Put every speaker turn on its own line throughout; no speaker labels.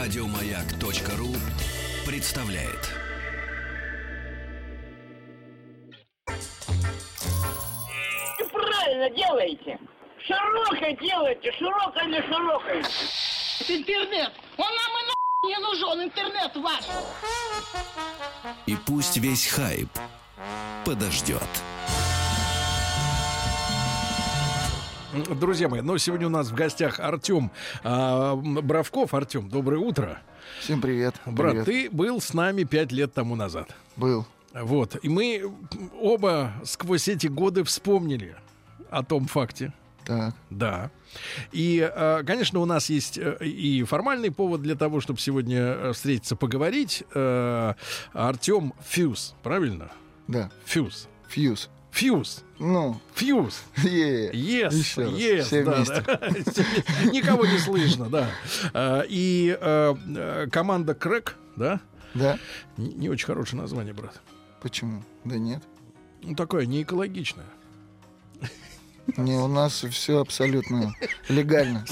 Радиомаяк.ру представляет.
И правильно делаете. Широкой делаете, широкой или широкой.
Интернет! Он нам и нахуй не нужен, интернет ваш!
И пусть весь хайп подождет.
Друзья мои, ну сегодня у нас в гостях Артем а, Бравков. Артем, доброе утро.
Всем привет.
Брат,
Привет.
ты был с нами пять лет тому назад.
Был.
Вот. И мы оба сквозь эти годы вспомнили о том факте.
Так.
Да. И, э, конечно, у нас есть э, и формальный повод для того, чтобы сегодня э, встретиться, поговорить. Э, Артем Фьюз, правильно?
Да.
Фьюз.
Фьюз.
Фьюз.
Ну,
Фьюз.
е.
Yes,
Еще раз.
yes,
Все
да,
вместе.
да. Никого не слышно, да. А, И э, э, команда Крэк, да?
Да.
Н- Не очень хорошее название, брат.
Почему? Да нет.
Ну, такое не экологичное.
Не, у нас все абсолютно легально.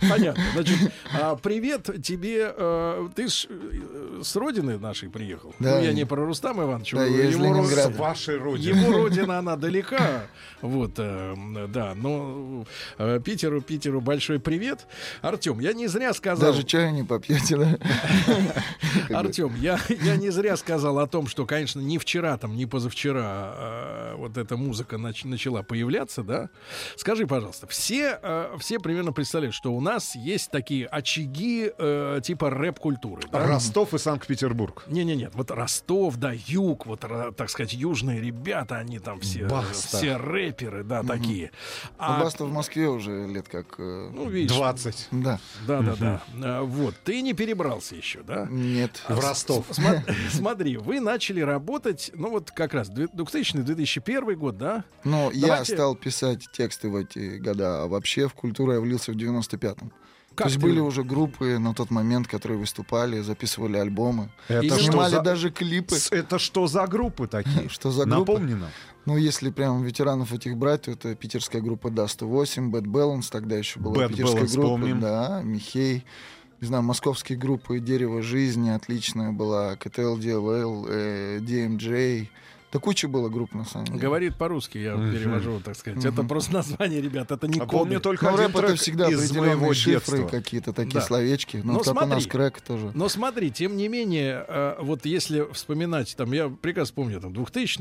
Понятно. Значит, а, привет тебе. э, Ты ж, э, с родины нашей приехал.
Да.
Ну, я не про Рустам Ивановича.
Да, я из
его род-
Ленинграда.
вашей родины.
Его родина, она далека. Вот, э, м, да. Но э, Питеру, Питеру большой привет. Артем, я не зря сказал.
Даже чаю не попьете, да?
Артем, я, я не зря сказал о том, что, конечно, не вчера, там, не позавчера э, вот эта музыка нач- начала появляться, да. Скажи, пожалуйста, все, э, все примерно представляют, что у нас есть такие очаги э, типа рэп-культуры. да?
Ростов и Санкт-Петербург.
Не-не-нет, вот Ростов, да, Юг, вот, ра- так сказать, южные ребята, они там все,
Баста.
все рэперы, да, такие.
У
А-
вас-то в Москве уже лет как... э,
ну, видишь,
20.
Да.
да-да-да. А, Вот, ты не перебрался еще, да?
Нет.
В Ростов.
Сма- Смотри, вы начали работать, ну вот как раз 2000-2001 год, да?
Но я
Давайте-
стал писать тексты в эти года, а вообще в культуру я влился в 95-м. То
Как
есть
ты-
были уже группы на тот момент, которые выступали, записывали альбомы,
Это
и
что
снимали
за-
даже клипы.
С- Это что за группы такие?
Что за группа?
Напомни нам.
Ну, если прям ветеранов этих брать, то это питерская группа Да 108, Bad Balance, тогда еще была
Bad
питерская
Balance,
группа,
помним.
да, Михей. Не знаю, московские группы Дерево жизни отличная была, КТЛ, ДЛЛ, э, DMJ. Да куча было групп на самом деле.
Говорит по-русски, я перевожу, так сказать. Это просто название, ребят, это не
А
коды.
помню только
Ну,
один
рэп это
трек
всегда
из
определенные
моего
шифры
детства.
какие-то такие
Да.
словечки. Ну,
Но
как у нас
смотри.
крэк тоже.
Ну,
Но смотри, тем не менее, э, вот если вспоминать, там, я прекрасно помню, там,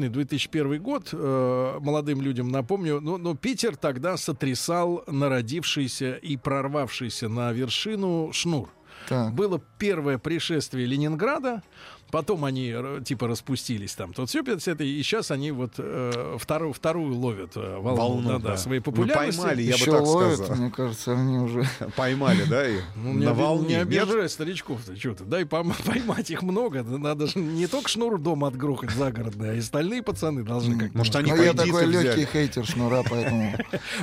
2000-2001 год, э, молодым людям напомню, но, но Питер тогда сотрясал народившийся и прорвавшийся на вершину шнур.
Так.
Было первое пришествие Ленинграда, потом они р- типа распустились там, тут все это, и сейчас они вот э, вторую, вторую ловят э, волну,
Волну,
да, да,
да.
своей
Мы
популярности.
поймали, я бы
Еще
так
ловят,
сказал.
мне кажется, они уже...
Поймали, да? и
Ну, не,
на
обе- не
волне. Нет?
обижай старичков-то, что ты. Дай пом- поймать их много. да Надо же не только шнур дома отгрохать загородный, а и остальные пацаны должны как-то...
Может, они
Ну, я
кредиты
такой
взяли.
легкий хейтер шнура, поэтому...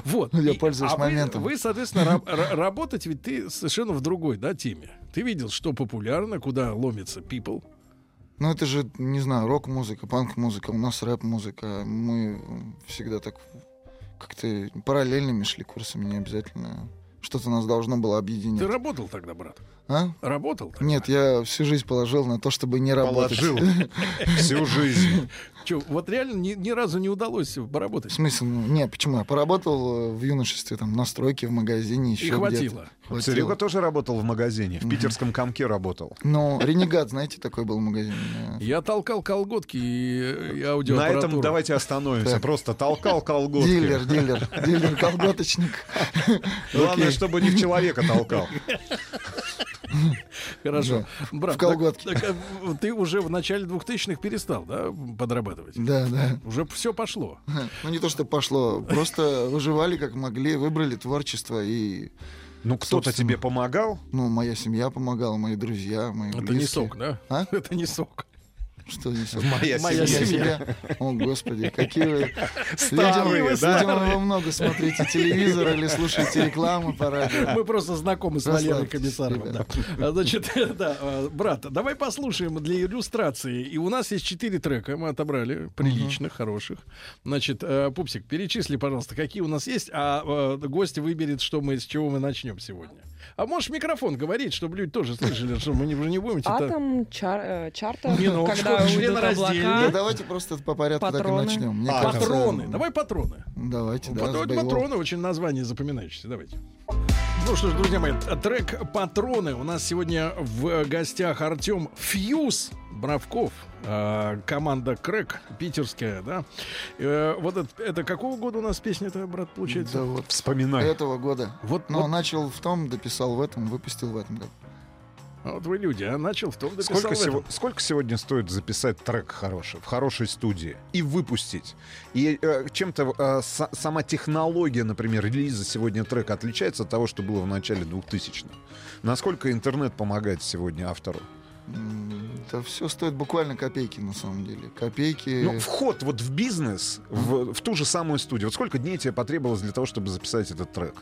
Вот.
Ну, я
И-
пользуюсь
а вы-
моментом.
Вы, соответственно, раб- ра- работать ведь ты совершенно в другой, да, теме. Ты видел, что популярно, куда ломится people.
Ну это же, не знаю, рок-музыка, панк-музыка, у нас рэп-музыка. Мы м, всегда так как-то параллельными шли курсами, не обязательно. Что-то нас должно было объединять.
Ты работал тогда, брат?
А?
Работал тогда?
Нет, я всю жизнь положил на то, чтобы не работать.
Положил всю жизнь.
Чё, вот реально ни, ни разу не удалось
В
поработать.
смысле? ну, Не, почему? Я поработал э, в юношестве, там, на стройке, в магазине, еще
И хватило.
Серега тоже работал в магазине. В питерском комке работал.
Ну, Ренегат, знаете, такой был магазин. э,
Я толкал колготки и, и
На
аудиоаппаратуру.
этом давайте остановимся.
Так.
Просто толкал колготки.
Дилер, дилер, дилер, колготочник.
Главное,
Окей.
чтобы не в человека толкал.
Хорошо.
Да.
Брат,
В колготке.
так- так, э, ты уже в начале 2000-х перестал, да, подрабатывать?
Да, да.
Уже все пошло.
Ну, не то, что пошло. Просто выживали как могли, выбрали творчество. И,
Ну, кто-то
Собственно.
тебе помогал?
ну, моя семья помогала, мои друзья, мои
Это не
близкие.
сок, да?
А?
Это не сок.
Что не сок?
Моя
Моя
семья.
семья. О, господи, какие вы...
Старые,
видимо,
да?
видимо, вы много смотрите телевизор или слушаете рекламу по радио.
Мы просто знакомы с Валерой
Расслабьтесь,
Комиссаровым. Да.
ребята.
А, Значит, да, а, брат, давай послушаем для иллюстрации. И у нас есть четыре трека, мы отобрали, приличных, хороших. Значит, э, Пупсик, перечисли, пожалуйста, какие у нас есть, а э, гость выберет, что мы, с чего мы начнем сегодня. А можешь в микрофон говорить, чтобы люди тоже слышали, что мы не, уже не будем тебя-
Атом, чар, э, чартер,
Не, ну,
когда
что,
уйдут
членораздельный.
Ну,
облака.
давайте просто по порядку
Патроны.
так и начнем. Мне
А,
кажется,
Патроны.
м,
Давай патроны.
Давайте, да. с
Патроны,
боевого.
патроны, очень название запоминающееся. Давайте. Ну что ж, друзья мои, трек «Патроны». У нас сегодня в гостях Артем Фьюз Бравков. э, Команда Крэк, питерская, да. Э, Вот это, это какого года у нас песня-то, брат, получается?
Да ну, вот.
Вспоминай.
Этого года.
Вот,
Но
вот,
начал в том, дописал в этом, выпустил в этом году.
вот вы люди, а начал в том дописал
Сколько,
в этом.
сего- сколько сегодня стоит записать трек хороший, в хорошей студии, и выпустить? И э, чем-то э, са- сама технология, например, релиза сегодня трека отличается от того, что было в начале 2000-х? Насколько интернет помогает сегодня автору?
М, Да все стоит буквально копейки на самом деле. Копейки.
Ну, вход вот в бизнес, в, в ту же самую студию. Вот сколько дней тебе потребовалось для того, чтобы записать этот трек?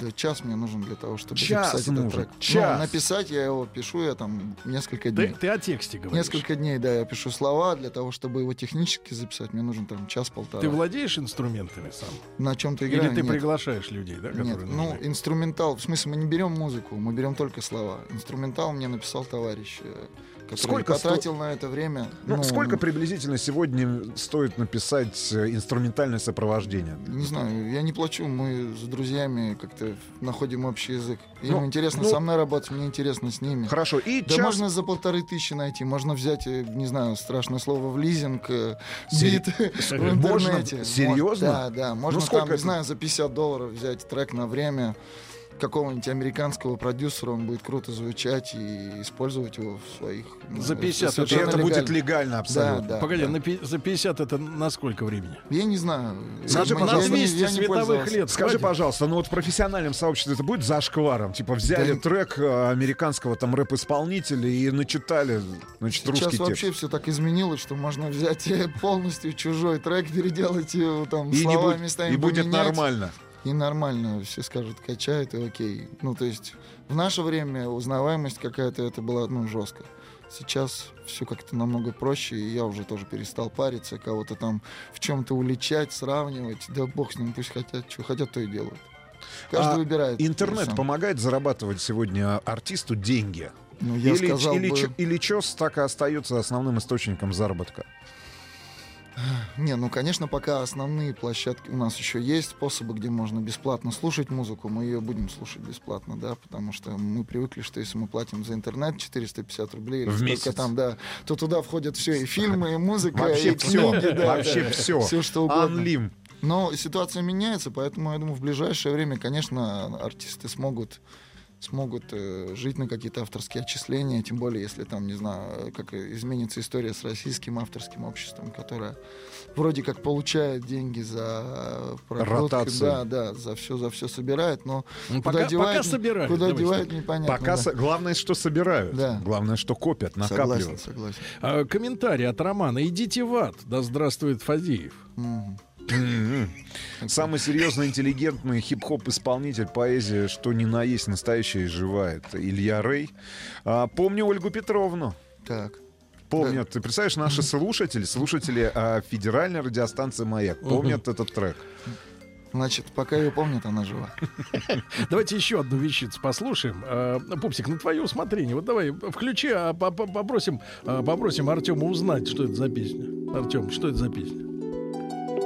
Да час мне нужен для того, чтобы
Час
записать этот
нужен.
трек. Ну,
Час.
написать я его пишу, я там несколько
Ты,
дней.
ты о тексте говоришь.
Несколько дней, да, я пишу слова. Для того, чтобы его технически записать, мне нужен там час-полтора.
Ты владеешь инструментами сам?
На чем-то
Или
играю?
ты
Нет.
приглашаешь людей, да, которые
Нет, ну,
нужны?
инструментал. В смысле, мы не берем музыку, мы берем только слова. Инструментал мне написал товарищ, э, который
Сколько сто-
потратил на это время.
Ну,
ну,
сколько приблизительно сегодня стоит написать э, инструментальное сопровождение?
Не знаю, я не плачу, мы с друзьями как-то находим общий язык. Им
Ну,
интересно
ну-
со мной работать, мне интересно с ними.
Хорошо, и
Да
час...
можно за полторы тысячи найти, можно взять, э, не знаю, страшное слово в лизинг, э,
Сери-
бит в
Можно?
интернете. Мож-
Серьезно?
Да, да, можно
сколько
там, не
это?
знаю, за 50 долларов взять трек на время какого-нибудь американского продюсера, он будет круто звучать и использовать его в своих... ну,
За 50
И
совершенно
это будет
легально.
легально
Да,
абсолютно.
да.
Погоди,
да.
на пи- за 50 это на сколько времени?
Я не знаю.
Скажи,
Я не-
пожалуйста,
я не- я
200
не
световых
пользовался.
лет.
Скажи,
Хватит.
пожалуйста, ну вот в профессиональном сообществе это будет зашкваром? Типа взяли
Да.
трек э, американского там рэп-исполнителя и начитали, значит,
Сейчас
русский
вообще
текст.
все так изменилось, что можно взять э, полностью чужой трек, переделать его там
И, не
слова
будь-
местами
и будет
поменять.
нормально.
И нормально, все скажут, качает и окей. Ну, то есть в наше время узнаваемость какая-то это была, ну, жестко. Сейчас все как-то намного проще, и я уже тоже перестал париться, кого-то там в чем-то уличать, сравнивать. Да бог с ним, пусть хотят, что хотят, то и делают. Каждый
А
выбирает.
Интернет
сам.
помогает зарабатывать сегодня артисту деньги.
Ну, я
или
сказал
или,
бы-
чё- или чёс так и остается основным источником заработка.
Не, ну, конечно, пока основные площадки у нас еще есть способы, где можно бесплатно слушать музыку. Мы ее будем слушать бесплатно, да, потому что мы привыкли, что если мы платим за интернет 450 рублей, или
В
сколько
месяц.
там, да, то туда входят все и фильмы, и музыка,
Вообще
и
все.
книги, да,
Вообще
да.
все.
Всё, что угодно.
Анлим.
Но ситуация меняется, поэтому я думаю, в ближайшее время, конечно, артисты смогут смогут э, жить на какие-то авторские отчисления, тем более, если там, не знаю, как изменится история с российским авторским обществом, которое вроде как получает деньги за прокрутку,
Ротацию.
да, да, за все, за все собирает, но
Ну,
куда
пока-
девает,
пока собирали,
куда
давайте
девает, непонятно. да.
Пока со- главное, что собирают.
Да.
Главное, что копят, накапливают.
Согласен, согласен.
А, комментарий от Романа. Идите в ад. Да здравствует Фадеев.
Мгм.
Мгм. Самый серьезный, интеллигентный хип-хоп-исполнитель поэзии, что ни на есть, настоящая и живая. Это Илья Рей. А, помню Ольгу Петровну.
Так.
Помнят, ты представляешь, наши слушатели, слушатели а, федеральной радиостанции «Маяк» помнят этот трек.
Значит, пока ее помнят, она жива.
Давайте еще одну вещицу послушаем. А, Пупсик, на твое усмотрение. Вот давай включи, а по- по- попросим, а, попросим Артема узнать, что это за песня. Артем, что это за песня?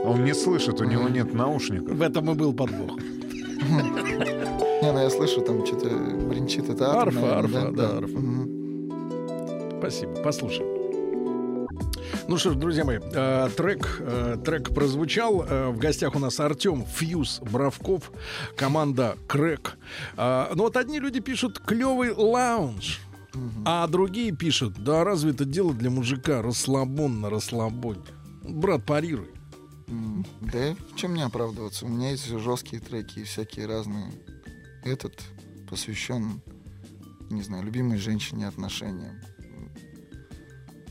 Он не слышит, у него нет наушников.
В этом и был подвох.
Не, ну я слышу, там что-то бренчит. Это атом,
Арфа,
наверное,
арфа, да, арфа.
Мгм.
Спасибо, послушаем. Ну что ж, друзья мои, э, трек, э, трек прозвучал. Э, В гостях у нас Артем Фьюз Бравков, команда Крэк. Э, Ну вот одни люди пишут клевый лаунж, а другие пишут, да разве это дело для мужика расслабон на расслабоне. Брат, парируй.
М, Да в чем мне оправдываться? У меня есть жесткие треки и всякие разные. Этот посвящен, не знаю, любимой женщине, отношениям.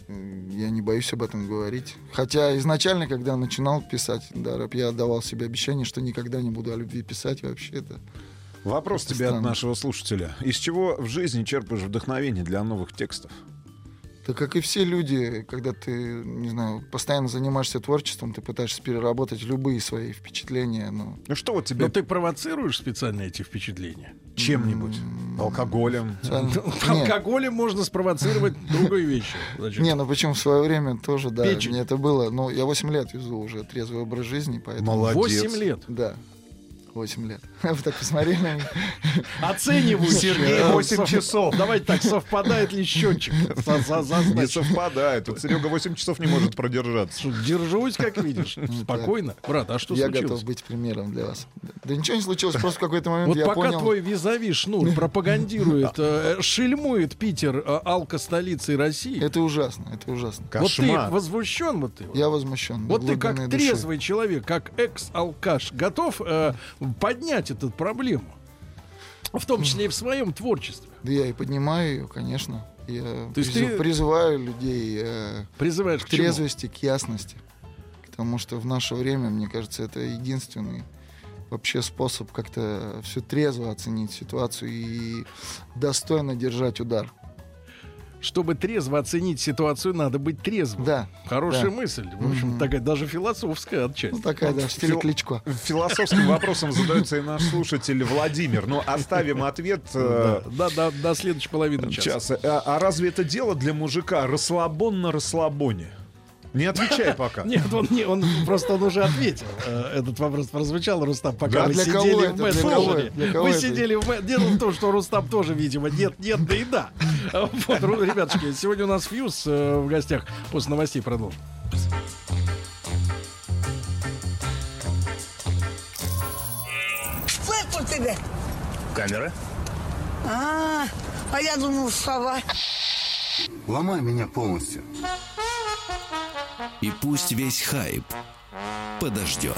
М, Я не боюсь об этом говорить. Хотя изначально, когда начинал писать да, рэп, я давал себе обещание, что никогда не буду о любви писать вообще. Это
Вопрос
Это
тебе от
странно.
нашего слушателя. Из чего в жизни черпаешь вдохновение для новых текстов?
Да как и все люди, когда ты, не знаю, постоянно занимаешься творчеством, ты пытаешься переработать любые свои впечатления. Ну,
Ну что вот тебе
Но ты провоцируешь специально эти впечатления.
чем-нибудь? Алкоголем?
специально- Не,
Алкоголем можно спровоцировать другой вещи. Зачем?
не, ну почему в свое время тоже, да,
Печень.
мне это было. Ну, я 8 лет везу уже трезвый образ жизни, поэтому...
Молодец.
Восемь лет.
Да, 8 лет. Вы так посмотрели на меня.
Оцениваю.
Сергей,
Э,
восемь
сов-
часов.
Давайте так, совпадает ли счетчик? со- со- со
Не
значением?
совпадает. Тут Серега 8 часов не может продержаться.
Держусь, как видишь. Спокойно. Брат, а что
Я
случилось?
готов быть примером для вас. Да ничего не случилось, просто в какой-то момент
Вот
я
пока
понял...
твой визави Шнур пропагандирует, э, шельмует Питер э, алко-столицей России,
Это ужасно, это ужасно.
вот ты
Кошмар.
возмущен, вот ты. вот.
Я возмущен.
Вот ты как
глубинной душой.
трезвый человек, как экс-алкаш, готов э, поднять эту проблему? В том числе и в своем творчестве.
Да я и поднимаю ее, конечно. Я
есть
призы-
ты-
призываю людей э,
Призываешь
к
к чему?
трезвости, к ясности. Потому что в наше время, мне кажется, это единственный вообще способ как-то все трезво оценить ситуацию и достойно держать удар.
Чтобы трезво оценить ситуацию, надо быть трезвым.
Да.
Хорошая
Да.
мысль. В общем,
Мгм.
такая даже философская отчасти.
Ну такая, да, в стиле
Фил-
кличко.
Философским вопросом задается и наш слушатель Владимир. Но оставим ответ э,
Да, да, да, до следующей половины часа.
часа. А а разве это дело для мужика расслабон на расслабоне? Не отвечай пока.
Нет, он, не, он просто он уже ответил. Э, Этот вопрос прозвучал, Рустам, пока
Да,
вы
для
сидели
кого
в
это? Для
мессенджере.
кого это? Для кого
вы
это?
сидели в мессенджере. Дело в том, что Рустам тоже, видимо, нет, нет, да и да. Вот, ру- ребятушки, сегодня у нас Фьюз э, в гостях. После новостей продолжим.
Цепу тебе.
Камера?
А, а я думал, сова.
Ломай меня полностью.
И пусть весь хайп подождет.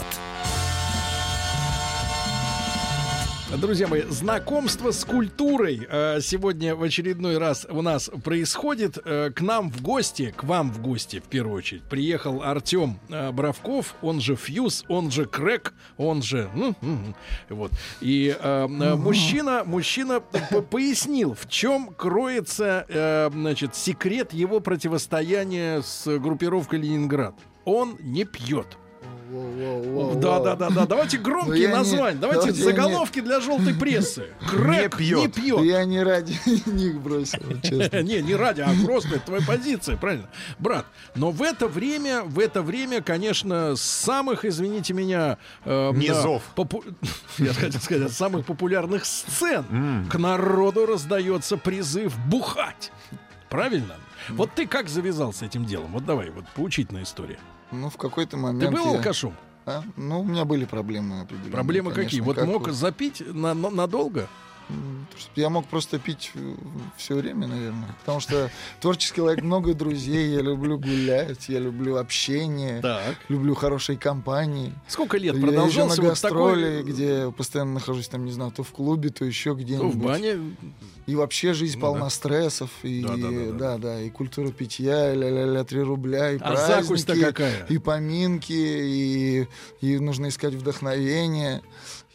Друзья мои, знакомство с культурой э, сегодня в очередной раз у нас происходит. Э, к нам в гости, к вам в гости в первую очередь, приехал Артем э, Бравков, он же Фьюз, он же Крэк, он же... ну, м, вот. И э,
Ну.
э, мужчина, мужчина по- пояснил, в чем кроется э, значит, секрет его противостояния с группировкой «Ленинград». Он не пьет. Да, да, да, да. Давайте громкие
я не-
названия. Давайте
давайте я не-
заголовки для желтой прессы. Крэк
пьет.
не
Да
пьет.
Я не ради них бросил, честно.
Не, не ради, а просто это твоя позиция, правильно, брат. Но в это время, в это время, конечно, с самых, извините меня, э,
Низов.
на попу- я хотел сказать, с самых популярных сцен к народу раздается призыв бухать, правильно? Вот ты как завязал с этим делом? Вот давай, вот поучительная история.
Ну, в какой-то
Ты
момент...
был
я-
алкашом?
А? Ну, у меня были проблемы определенные.
Проблемы какие?
конечно,
Вот
как
мог запить на- на- надолго?
М, то, что Я мог просто пить все время, наверное. Потому что творческий лайк, много друзей, я люблю гулять, я люблю общение,
Так.
люблю хорошие компании.
Сколько лет
я езжу на
продолжался вот
гастроли,
такой... э,
где постоянно нахожусь, там, не знаю, то в клубе, то еще
Ну,
где-нибудь.
в бане.
И вообще жизнь
Ну
полна
да.
стрессов, и
Да,
да,
да, да,
да,
да,
и культура питья, и ля-ля-ля, 3 рубля, и
А
праздники,
закусь-то какая?
и поминки, и, и нужно искать вдохновение,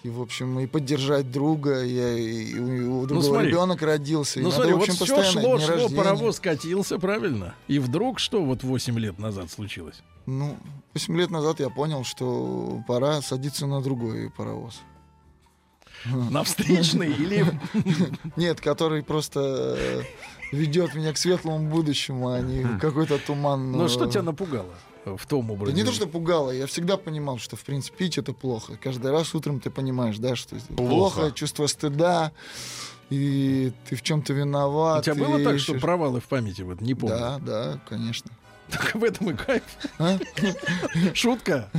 и, в общем, и поддержать друга, и, и у, у другого
Ну, смотри.
ребенок родился, и
Ну,
надо,
смотри,
в
вот
общем,
все
постоянно
шло,
дни
шло,
рождения.
паровоз катился, правильно? И вдруг что вот 8 лет назад случилось?
Ну, 8 лет назад я понял, что пора садиться на другой паровоз.
На встречный или...
Нет, который просто э, ведет меня к светлому будущему, а не какой-то туман.
Хм. Ну, что тебя напугало э, в том
Да
образе?
не то, что пугало, я всегда понимал, что, в принципе, пить это плохо. Каждый раз утром ты понимаешь, да, что это
Плохо.
плохо, чувство стыда, и ты в чем-то виноват.
У тебя было
и
так, что
ещё-
провалы в памяти, вот не помню.
Да, да, конечно.
Так в этом и кайф.
А?
Шутка.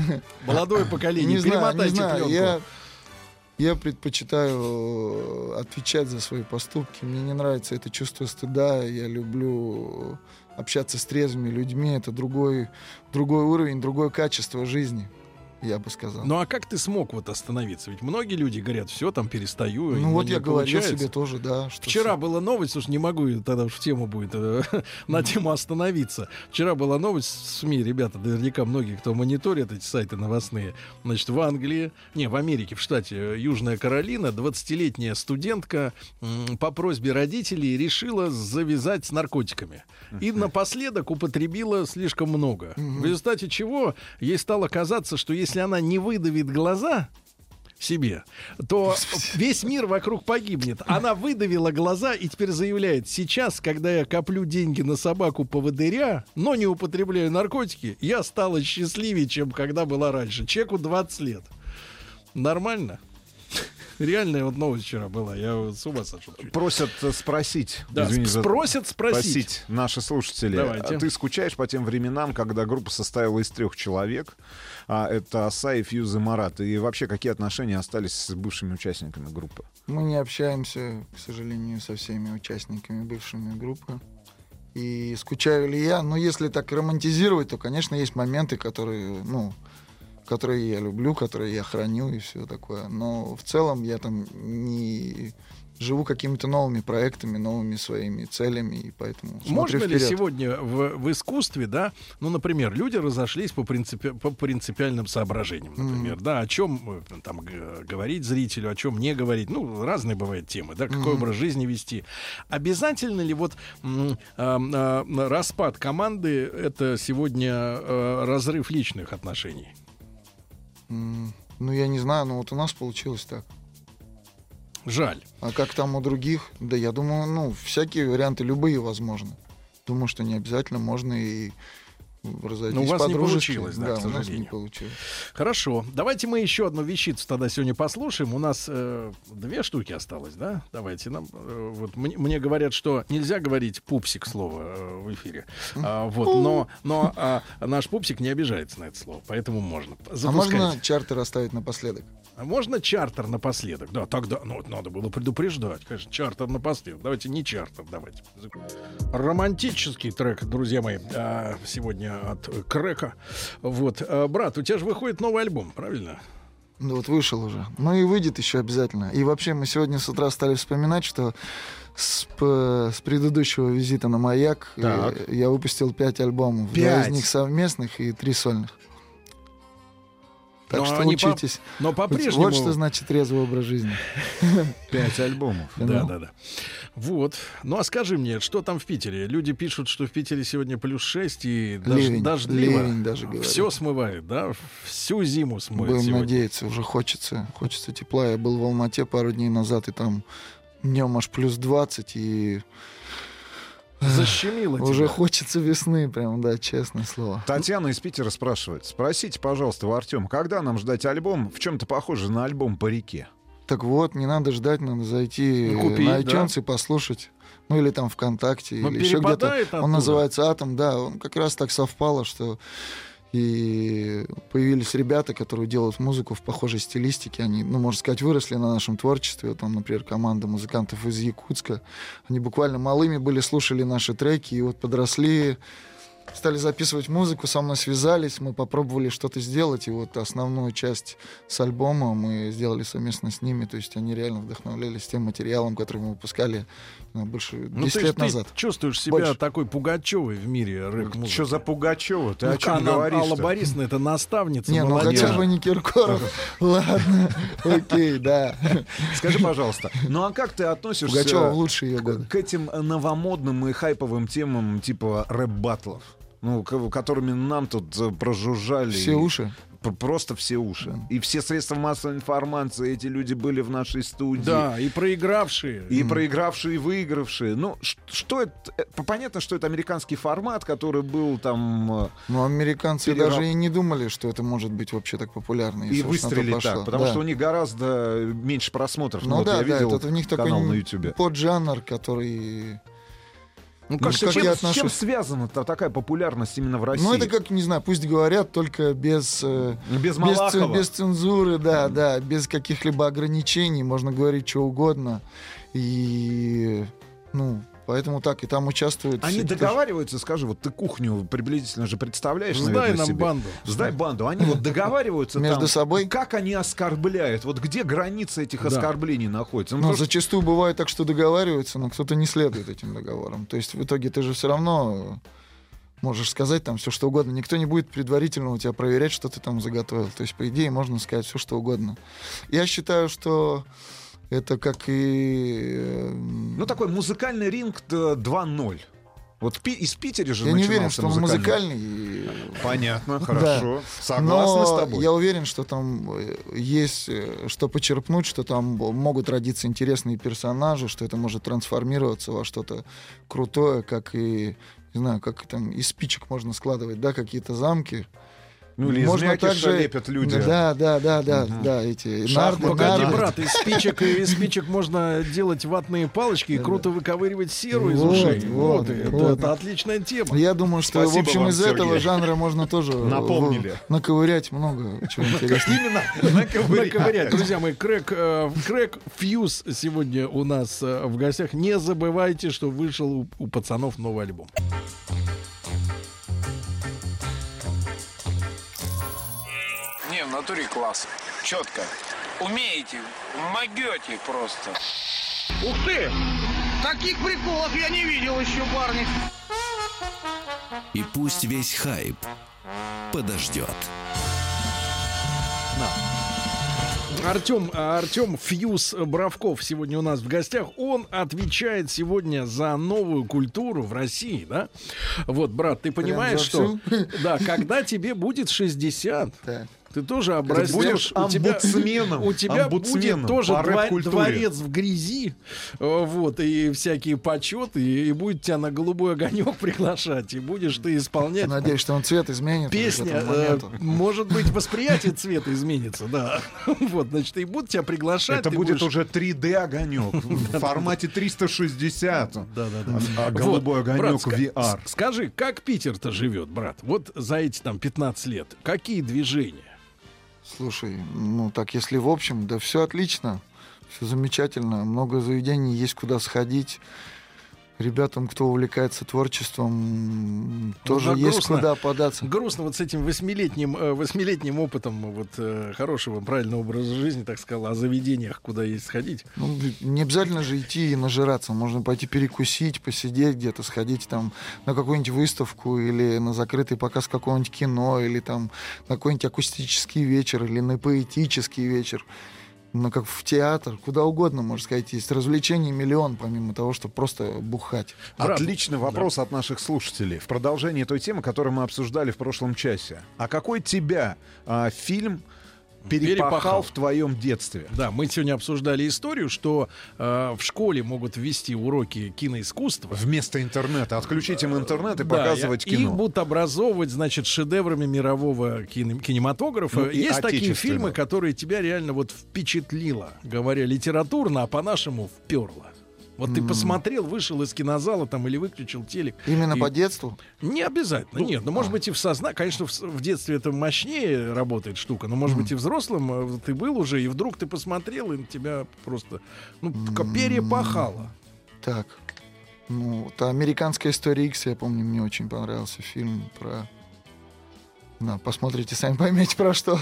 Молодое поколение.
не знаю, не
Перемотайте
знаю,
пленку.
я, я предпочитаю э, отвечать за свои поступки. Мне не нравится это чувство стыда. Я люблю э, общаться с трезвыми людьми. Это другой, другой уровень, другое качество жизни. я бы сказал.
Ну а как ты смог вот остановиться? Ведь многие люди говорят, все, там перестаю. и мне
ну вот
не
я говорил
получается».
себе тоже, да. Что
Вчера
с-
была новость, уж не могу, и тогда уж тема будет, э, на тему остановиться. Вчера была новость в СМИ, ребята, наверняка многие, кто мониторит эти сайты новостные. Значит, в Англии, не, в Америке, в штате э, Южная Каролина, 20-летняя студентка м, по просьбе родителей решила завязать с наркотиками. И напоследок употребила слишком много. В результате чего ей стало казаться, что если она не выдавит глаза, себе, то весь мир вокруг погибнет. Она выдавила глаза и теперь заявляет, сейчас, когда я коплю деньги на собаку поводыря, но не употребляю наркотики, я стала счастливее, чем когда была раньше. Чеку 20 лет. Нормально? Реальная вот новость вчера была, я вот с ума сошел. чуть.
Просят э, спросить.
Да,
Извини за-
спросят спросить.
спросить наши слушатели.
Давайте.
а Ты скучаешь по тем временам, когда группа составила из трех человек? А, это Асаев, Юз и Марат. И вообще, какие отношения остались с бывшими участниками группы?
Мы не общаемся, к сожалению, со всеми участниками бывшими группы. И скучаю ли я? Ну, если так романтизировать, то, конечно, есть моменты, которые, ну, которые я люблю, которые я храню и все такое. Но в целом я там не живу какими-то новыми проектами, новыми своими целями, и поэтому смотрю
Можно ли
вперед.
сегодня в, в искусстве, да, ну, например, люди разошлись по, принципи- по принципиальным соображениям, например, да, о чем э, там г- говорить зрителю, о чем не говорить, ну, разные бывают темы, да, какой образ жизни вести. Обязательно ли вот м, а, а, распад команды это сегодня э, разрыв личных отношений?
М, Ну, я не знаю, но вот у нас получилось так.
Жаль.
А как там у других? Да я думаю, ну, всякие варианты, любые возможны. Думаю, что не обязательно можно и разойтись
Но Ну, у вас не
по-дружески.
получилось, да, к
у нас не
сожалению.
получилось.
Хорошо. Давайте мы еще одну вещицу тогда сегодня послушаем. У нас э, две штуки осталось, да? Давайте нам. э, вот мне, мне говорят, что нельзя говорить пупсик слово э, в эфире. А, вот, но, но а, наш пупсик не обижается на это слово, поэтому можно.
А
Запускайте.
можно чартер оставить напоследок?
А можно чартер напоследок? Да, тогда. Ну, вот надо было предупреждать, конечно. Чартер напоследок. Давайте не чартер, давайте. Романтический трек, друзья мои, а, сегодня от э, Крека. Вот, а, брат, у тебя же выходит новый альбом, правильно?
Ну вот вышел уже. Ну и выйдет еще обязательно. И вообще мы сегодня с утра стали вспоминать, что с, п- с предыдущего визита на «Маяк» э,
Так.
я выпустил пять альбомов. Два
Пять?
из них совместных и три сольных. Так
Но
что
они по-
учитесь.
Но по-прежнему...
Вот что значит трезвый образ жизни.
Пять альбомов.
Да,
Ну.
да, да. Вот. Ну а скажи мне, что там в Питере? Люди пишут, что в Питере сегодня плюс 6 и дож-
Ливень,
дождливо.
ливень даже говорят.
Все смывает, да? Всю зиму смоет
Будем
сегодня.
надеяться, уже хочется, хочется тепла. Я был в Алмате пару дней назад, и там днем аж плюс 20, и
Защемило
уже
тебя.
хочется весны, прям, да, честное слово.
Татьяна из Питера спрашивает. Спросите, пожалуйста, у Артема, когда нам ждать альбом? В чем-то похоже на альбом по реке.
Так вот, не надо ждать, надо зайти
Ну, купи,
на iTunes и послушать. Ну или там ВКонтакте,
Но
или еще где-то.
перепадает оттуда.
Он называется Атом, да. Он как раз так совпало, что и появились ребята, которые делают музыку в похожей стилистике. Они, ну, можно сказать, выросли на нашем творчестве. Вот Там, например, команда музыкантов из Якутска. Они буквально малыми были, слушали наши треки, и вот подросли, стали записывать музыку, со мной связались, мы попробовали что-то сделать, и вот основную часть с альбома мы сделали совместно с ними, то есть они реально вдохновлялись тем материалом, который мы выпускали ну, больше 10
Ну, то есть
лет
ты
назад.
чувствуешь себя
Больше.
такой пугачевой в мире рэп
Что за Пугачева?
Ну,
Ты о чем
Она, Алла
говоришь
Борисовна, это наставница,
Не, ну
молодежи.
хотя бы не Киркоров. Ладно, окей, да.
Скажи, пожалуйста, ну а как ты относишься
Пугачева в лучшие ее годы.
к, к этим новомодным и хайповым темам типа рэп-баттлов? Ну, к- которыми нам тут э, прожужжали.
Все уши.
Пр- Просто все уши. И все средства массовой информации, эти люди были в нашей студии.
Да, и проигравшие.
И проигравшие, и выигравшие. Ну, ш- что это? э, Понятно, что это американский формат, который был там... э,
Но американцы
Перераб-
даже и не думали, что это может быть вообще так популярно.
И
если уж на то
выстрелили
пошло.
так, потому
Да.
что у них гораздо э, меньше просмотров.
Ну
вот
да,
я
да,
видел
это у них такой
канал на
н-
Ютубе.
поджанр, который...
Ну,
как
С
ты-
чем,
я
с чем
отношусь?
связана та- такая популярность именно в России?
Ну это как, не знаю, пусть говорят, только без... э,
Без
Без, цен-
Малахова.
без цензуры, да, да, без каких-либо ограничений, можно говорить что угодно. И, ну, Поэтому так, и там участвуют...
Они
все, кто-
договариваются, скажи, вот ты кухню приблизительно же представляешь,
Сдай
наверное,
нам
себе.
банду.
Сдай банду. Они вот договариваются
Между
там,
собой?
Как они оскорбляют? Вот где граница этих
Да.
оскорблений находится? Ну,
Ну,
потому что-
зачастую бывает так, что договариваются, но кто-то не следует этим договорам. То есть в итоге ты же все равно можешь сказать там все что угодно. Никто не будет предварительно у тебя проверять, что ты там заготовил. То есть, по идее, можно сказать все что угодно. Я считаю, что это как и... э,
ну такой музыкальный ринг э, 2.0. Вот пи- из Питера же
я не
начинался
уверен, что он музыкальный. и-
Понятно, хорошо. Согласна
Но
с тобой.
я уверен, что там э, есть э, что почерпнуть, что там бо- могут родиться интересные персонажи, что это может трансформироваться во что-то крутое, как и не знаю, как там из спичек можно складывать, да, какие-то замки.
Ну, или из
можно
мякиша лепят люди.
Да, да, да, да, да, эти нарды,
Шахматы.
Погоди,
нарды.
брат, из спичек, из спичек можно делать ватные палочки и круто выковыривать серу из
Вот,
ушей.
вот,
Вот, и
вот.
это отличная тема.
Я думаю, что,
Спасибо
в общем,
вам,
из
Сергей.
этого жанра можно тоже э,
Напомнили.
наковырять много чего интересного.
Именно
Наковырять.
а,
Друзья мои, Крэк, э, Крэк Фьюз сегодня у нас э, в гостях. Не забывайте, что вышел у, у пацанов новый альбом.
Не, в натуре класс. Четко. Умеете, могете просто.
Ух ты! Таких приколов я не видел еще, парни.
И пусть весь хайп подождет.
Артем, Артем Фьюз Бравков сегодня у нас в гостях. Он отвечает сегодня за новую культуру в России, да? Вот, брат, ты понимаешь, что...
за
Да, когда тебе будет 60,
Так.
ты тоже образец.
будешь
у тебя,
омбудсменом,
у тебя будет
омбудсменом
тоже
по
дво-
рэп-культуре.
дворец в грязи, э, вот, и всякие почеты, и, и будет тебя на голубой огонек приглашать, и будешь ты исполнять...
Надеюсь, что он цвет изменит. уже к
Песня,
этому
э,
моменту.
может быть, восприятие цвета изменится, да. Вот, значит, и будут тебя приглашать.
Это
ты
будет
будешь-
уже 3D огонек в формате 360.
Да, да, да.
А голубой
Вот, брат,
огонек
ска-
VR.
с- Скажи, как Питер-то живет, брат? Вот за эти там 15 лет. Какие движения?
Слушай, ну так если в общем, да все отлично, все замечательно, много заведений, есть куда сходить. Ребятам, кто увлекается творчеством, м, тоже
Ну, да,
есть
грустно.
куда податься.
Грустно вот с этим восьмилетним, э, восьмилетним опытом вот э, хорошего, правильного образа жизни, так сказал, о заведениях, куда есть сходить.
Ну, не обязательно же идти и нажираться, можно пойти перекусить, посидеть где-то, сходить там на какую-нибудь выставку или на закрытый показ какого-нибудь кино, или там на какой-нибудь акустический вечер, или на поэтический вечер. Ну, как в театр, куда угодно, можно сказать, есть развлечений миллион, помимо того, что просто бухать.
Браво.
Отличный вопрос от наших слушателей. В продолжении той темы, которую мы обсуждали в прошлом часе. А какой тебя а, фильм перепахал,
Перепахал.
в твоем детстве?
Да, мы сегодня обсуждали историю, что э, в школе могут ввести уроки киноискусства.
Вместо интернета. Отключить им интернет и
Да,
показывать
и Их
кино.
будут образовывать, значит, шедеврами мирового кино- кинематографа.
Ну, и
Есть такие
отечественного.
фильмы, которые тебя реально вот впечатлило, говоря литературно, а по-нашему вперло. Вот ты посмотрел, вышел из кинозала там или выключил телек.
Именно
и-
по детству?
Не обязательно, нет. Ну,
а.
может быть, и в сознании. Конечно, в, с- в детстве это мощнее работает штука, но, может быть, и взрослым э, ты был уже, и вдруг ты посмотрел, и на тебя просто, ну, к- перепахало.
Так. Ну, это американская история X, я помню, мне очень понравился фильм про... Да, посмотрите, сами поймете про что.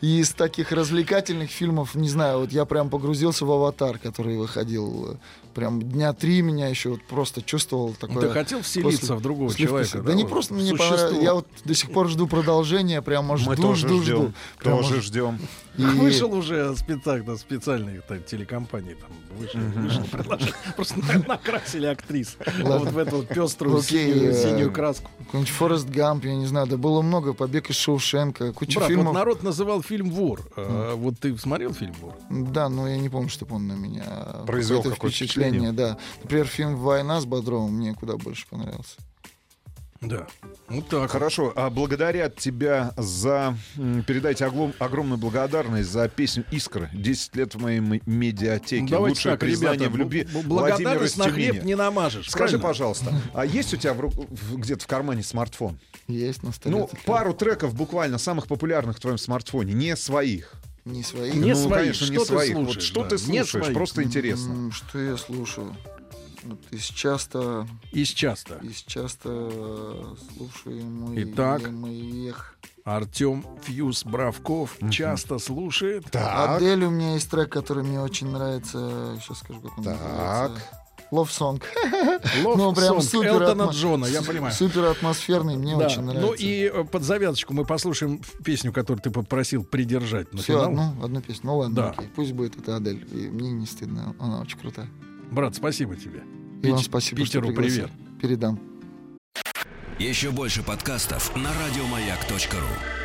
И из таких развлекательных фильмов, не знаю, вот я прям погрузился в «Аватар», который выходил э, прям дня три меня еще вот просто чувствовал
Ты
такое...
хотел вселиться
после-
в другого
после
человека?
вкуса. Да, не
вот,
просто
в
мне
существо.
понравилось. Я вот до сих пор жду продолжения, прямо жду,
Мы тоже
жду,
ждем.
жду. Прям
тоже
вот-
ждем.
И-
Вышел уже специально, специальные там, телекомпании, там вышел, вышло предложение. Просто на- накрасили актрис. Вот в эту вот пеструю
Окей,
синюю,
э,
синюю краску.
Какой-нибудь Форест Гамп, я не знаю, да было много, Побег из Шоушенка, куча
Брат, вот
фильмов.
народ называл фильм «Вор». Э, Вот ты смотрел фильм «Вор»?
Да, но я не помню, чтобы он на меня э,
Произвел
какое-то
какое-то
впечатление. Да, например, фильм "Война" с Бодровым мне куда больше понравился.
Да. Ну так.
Хорошо, а благодарят тебя за... м, Передайте оглом- огромную благодарность за песню «Искра» 10 лет в моей м- медиатеке.
Ну, Давайте
Лучшее
так,
признание
ребята,
в любви
б- б-
Владимира
благодарность на хлеб
Стемения.
не намажешь.
Скажи,
правильно?
пожалуйста, а есть у тебя в ру- в- где-то в кармане смартфон?
Есть на столе.
Ну,
такие.
пару треков буквально самых популярных в твоем смартфоне, не своих.
Не свои.
Не
ну,
своих.
конечно,
что
не
ты
своих. Вот
слушаешь?
что
да,
ты
не М-м.
слушаешь?
своих.
Просто интересно.
М, Что я слушаю? Вот, из часто,
Из часто.
из часто э, слушаем мы
Итак.
и мы их.
Артем Фьюз Бравков часто слушает.
Так.
Адель у меня есть трек, который мне очень нравится. Сейчас скажу, как он
Так.
называется. Love Song.
Love
Ну, прям
Song
супер
Элтона
атмо-
Джона, я
су-
понимаю.
Супер атмосферный, мне
Да.
очень нравится.
Ну и э, под завязочку мы послушаем ф- песню, которую ты попросил придержать на
Все,
финал.
одну, одну песню. Ну ладно,
Да.
окей. Пусть будет это Адель. И мне не стыдно, она очень крутая.
Брат, спасибо тебе.
И
Пич-
вам спасибо, что
Питеру
пригласили.
привет.
Передам.
Еще больше подкастов на радиомаяк.ру.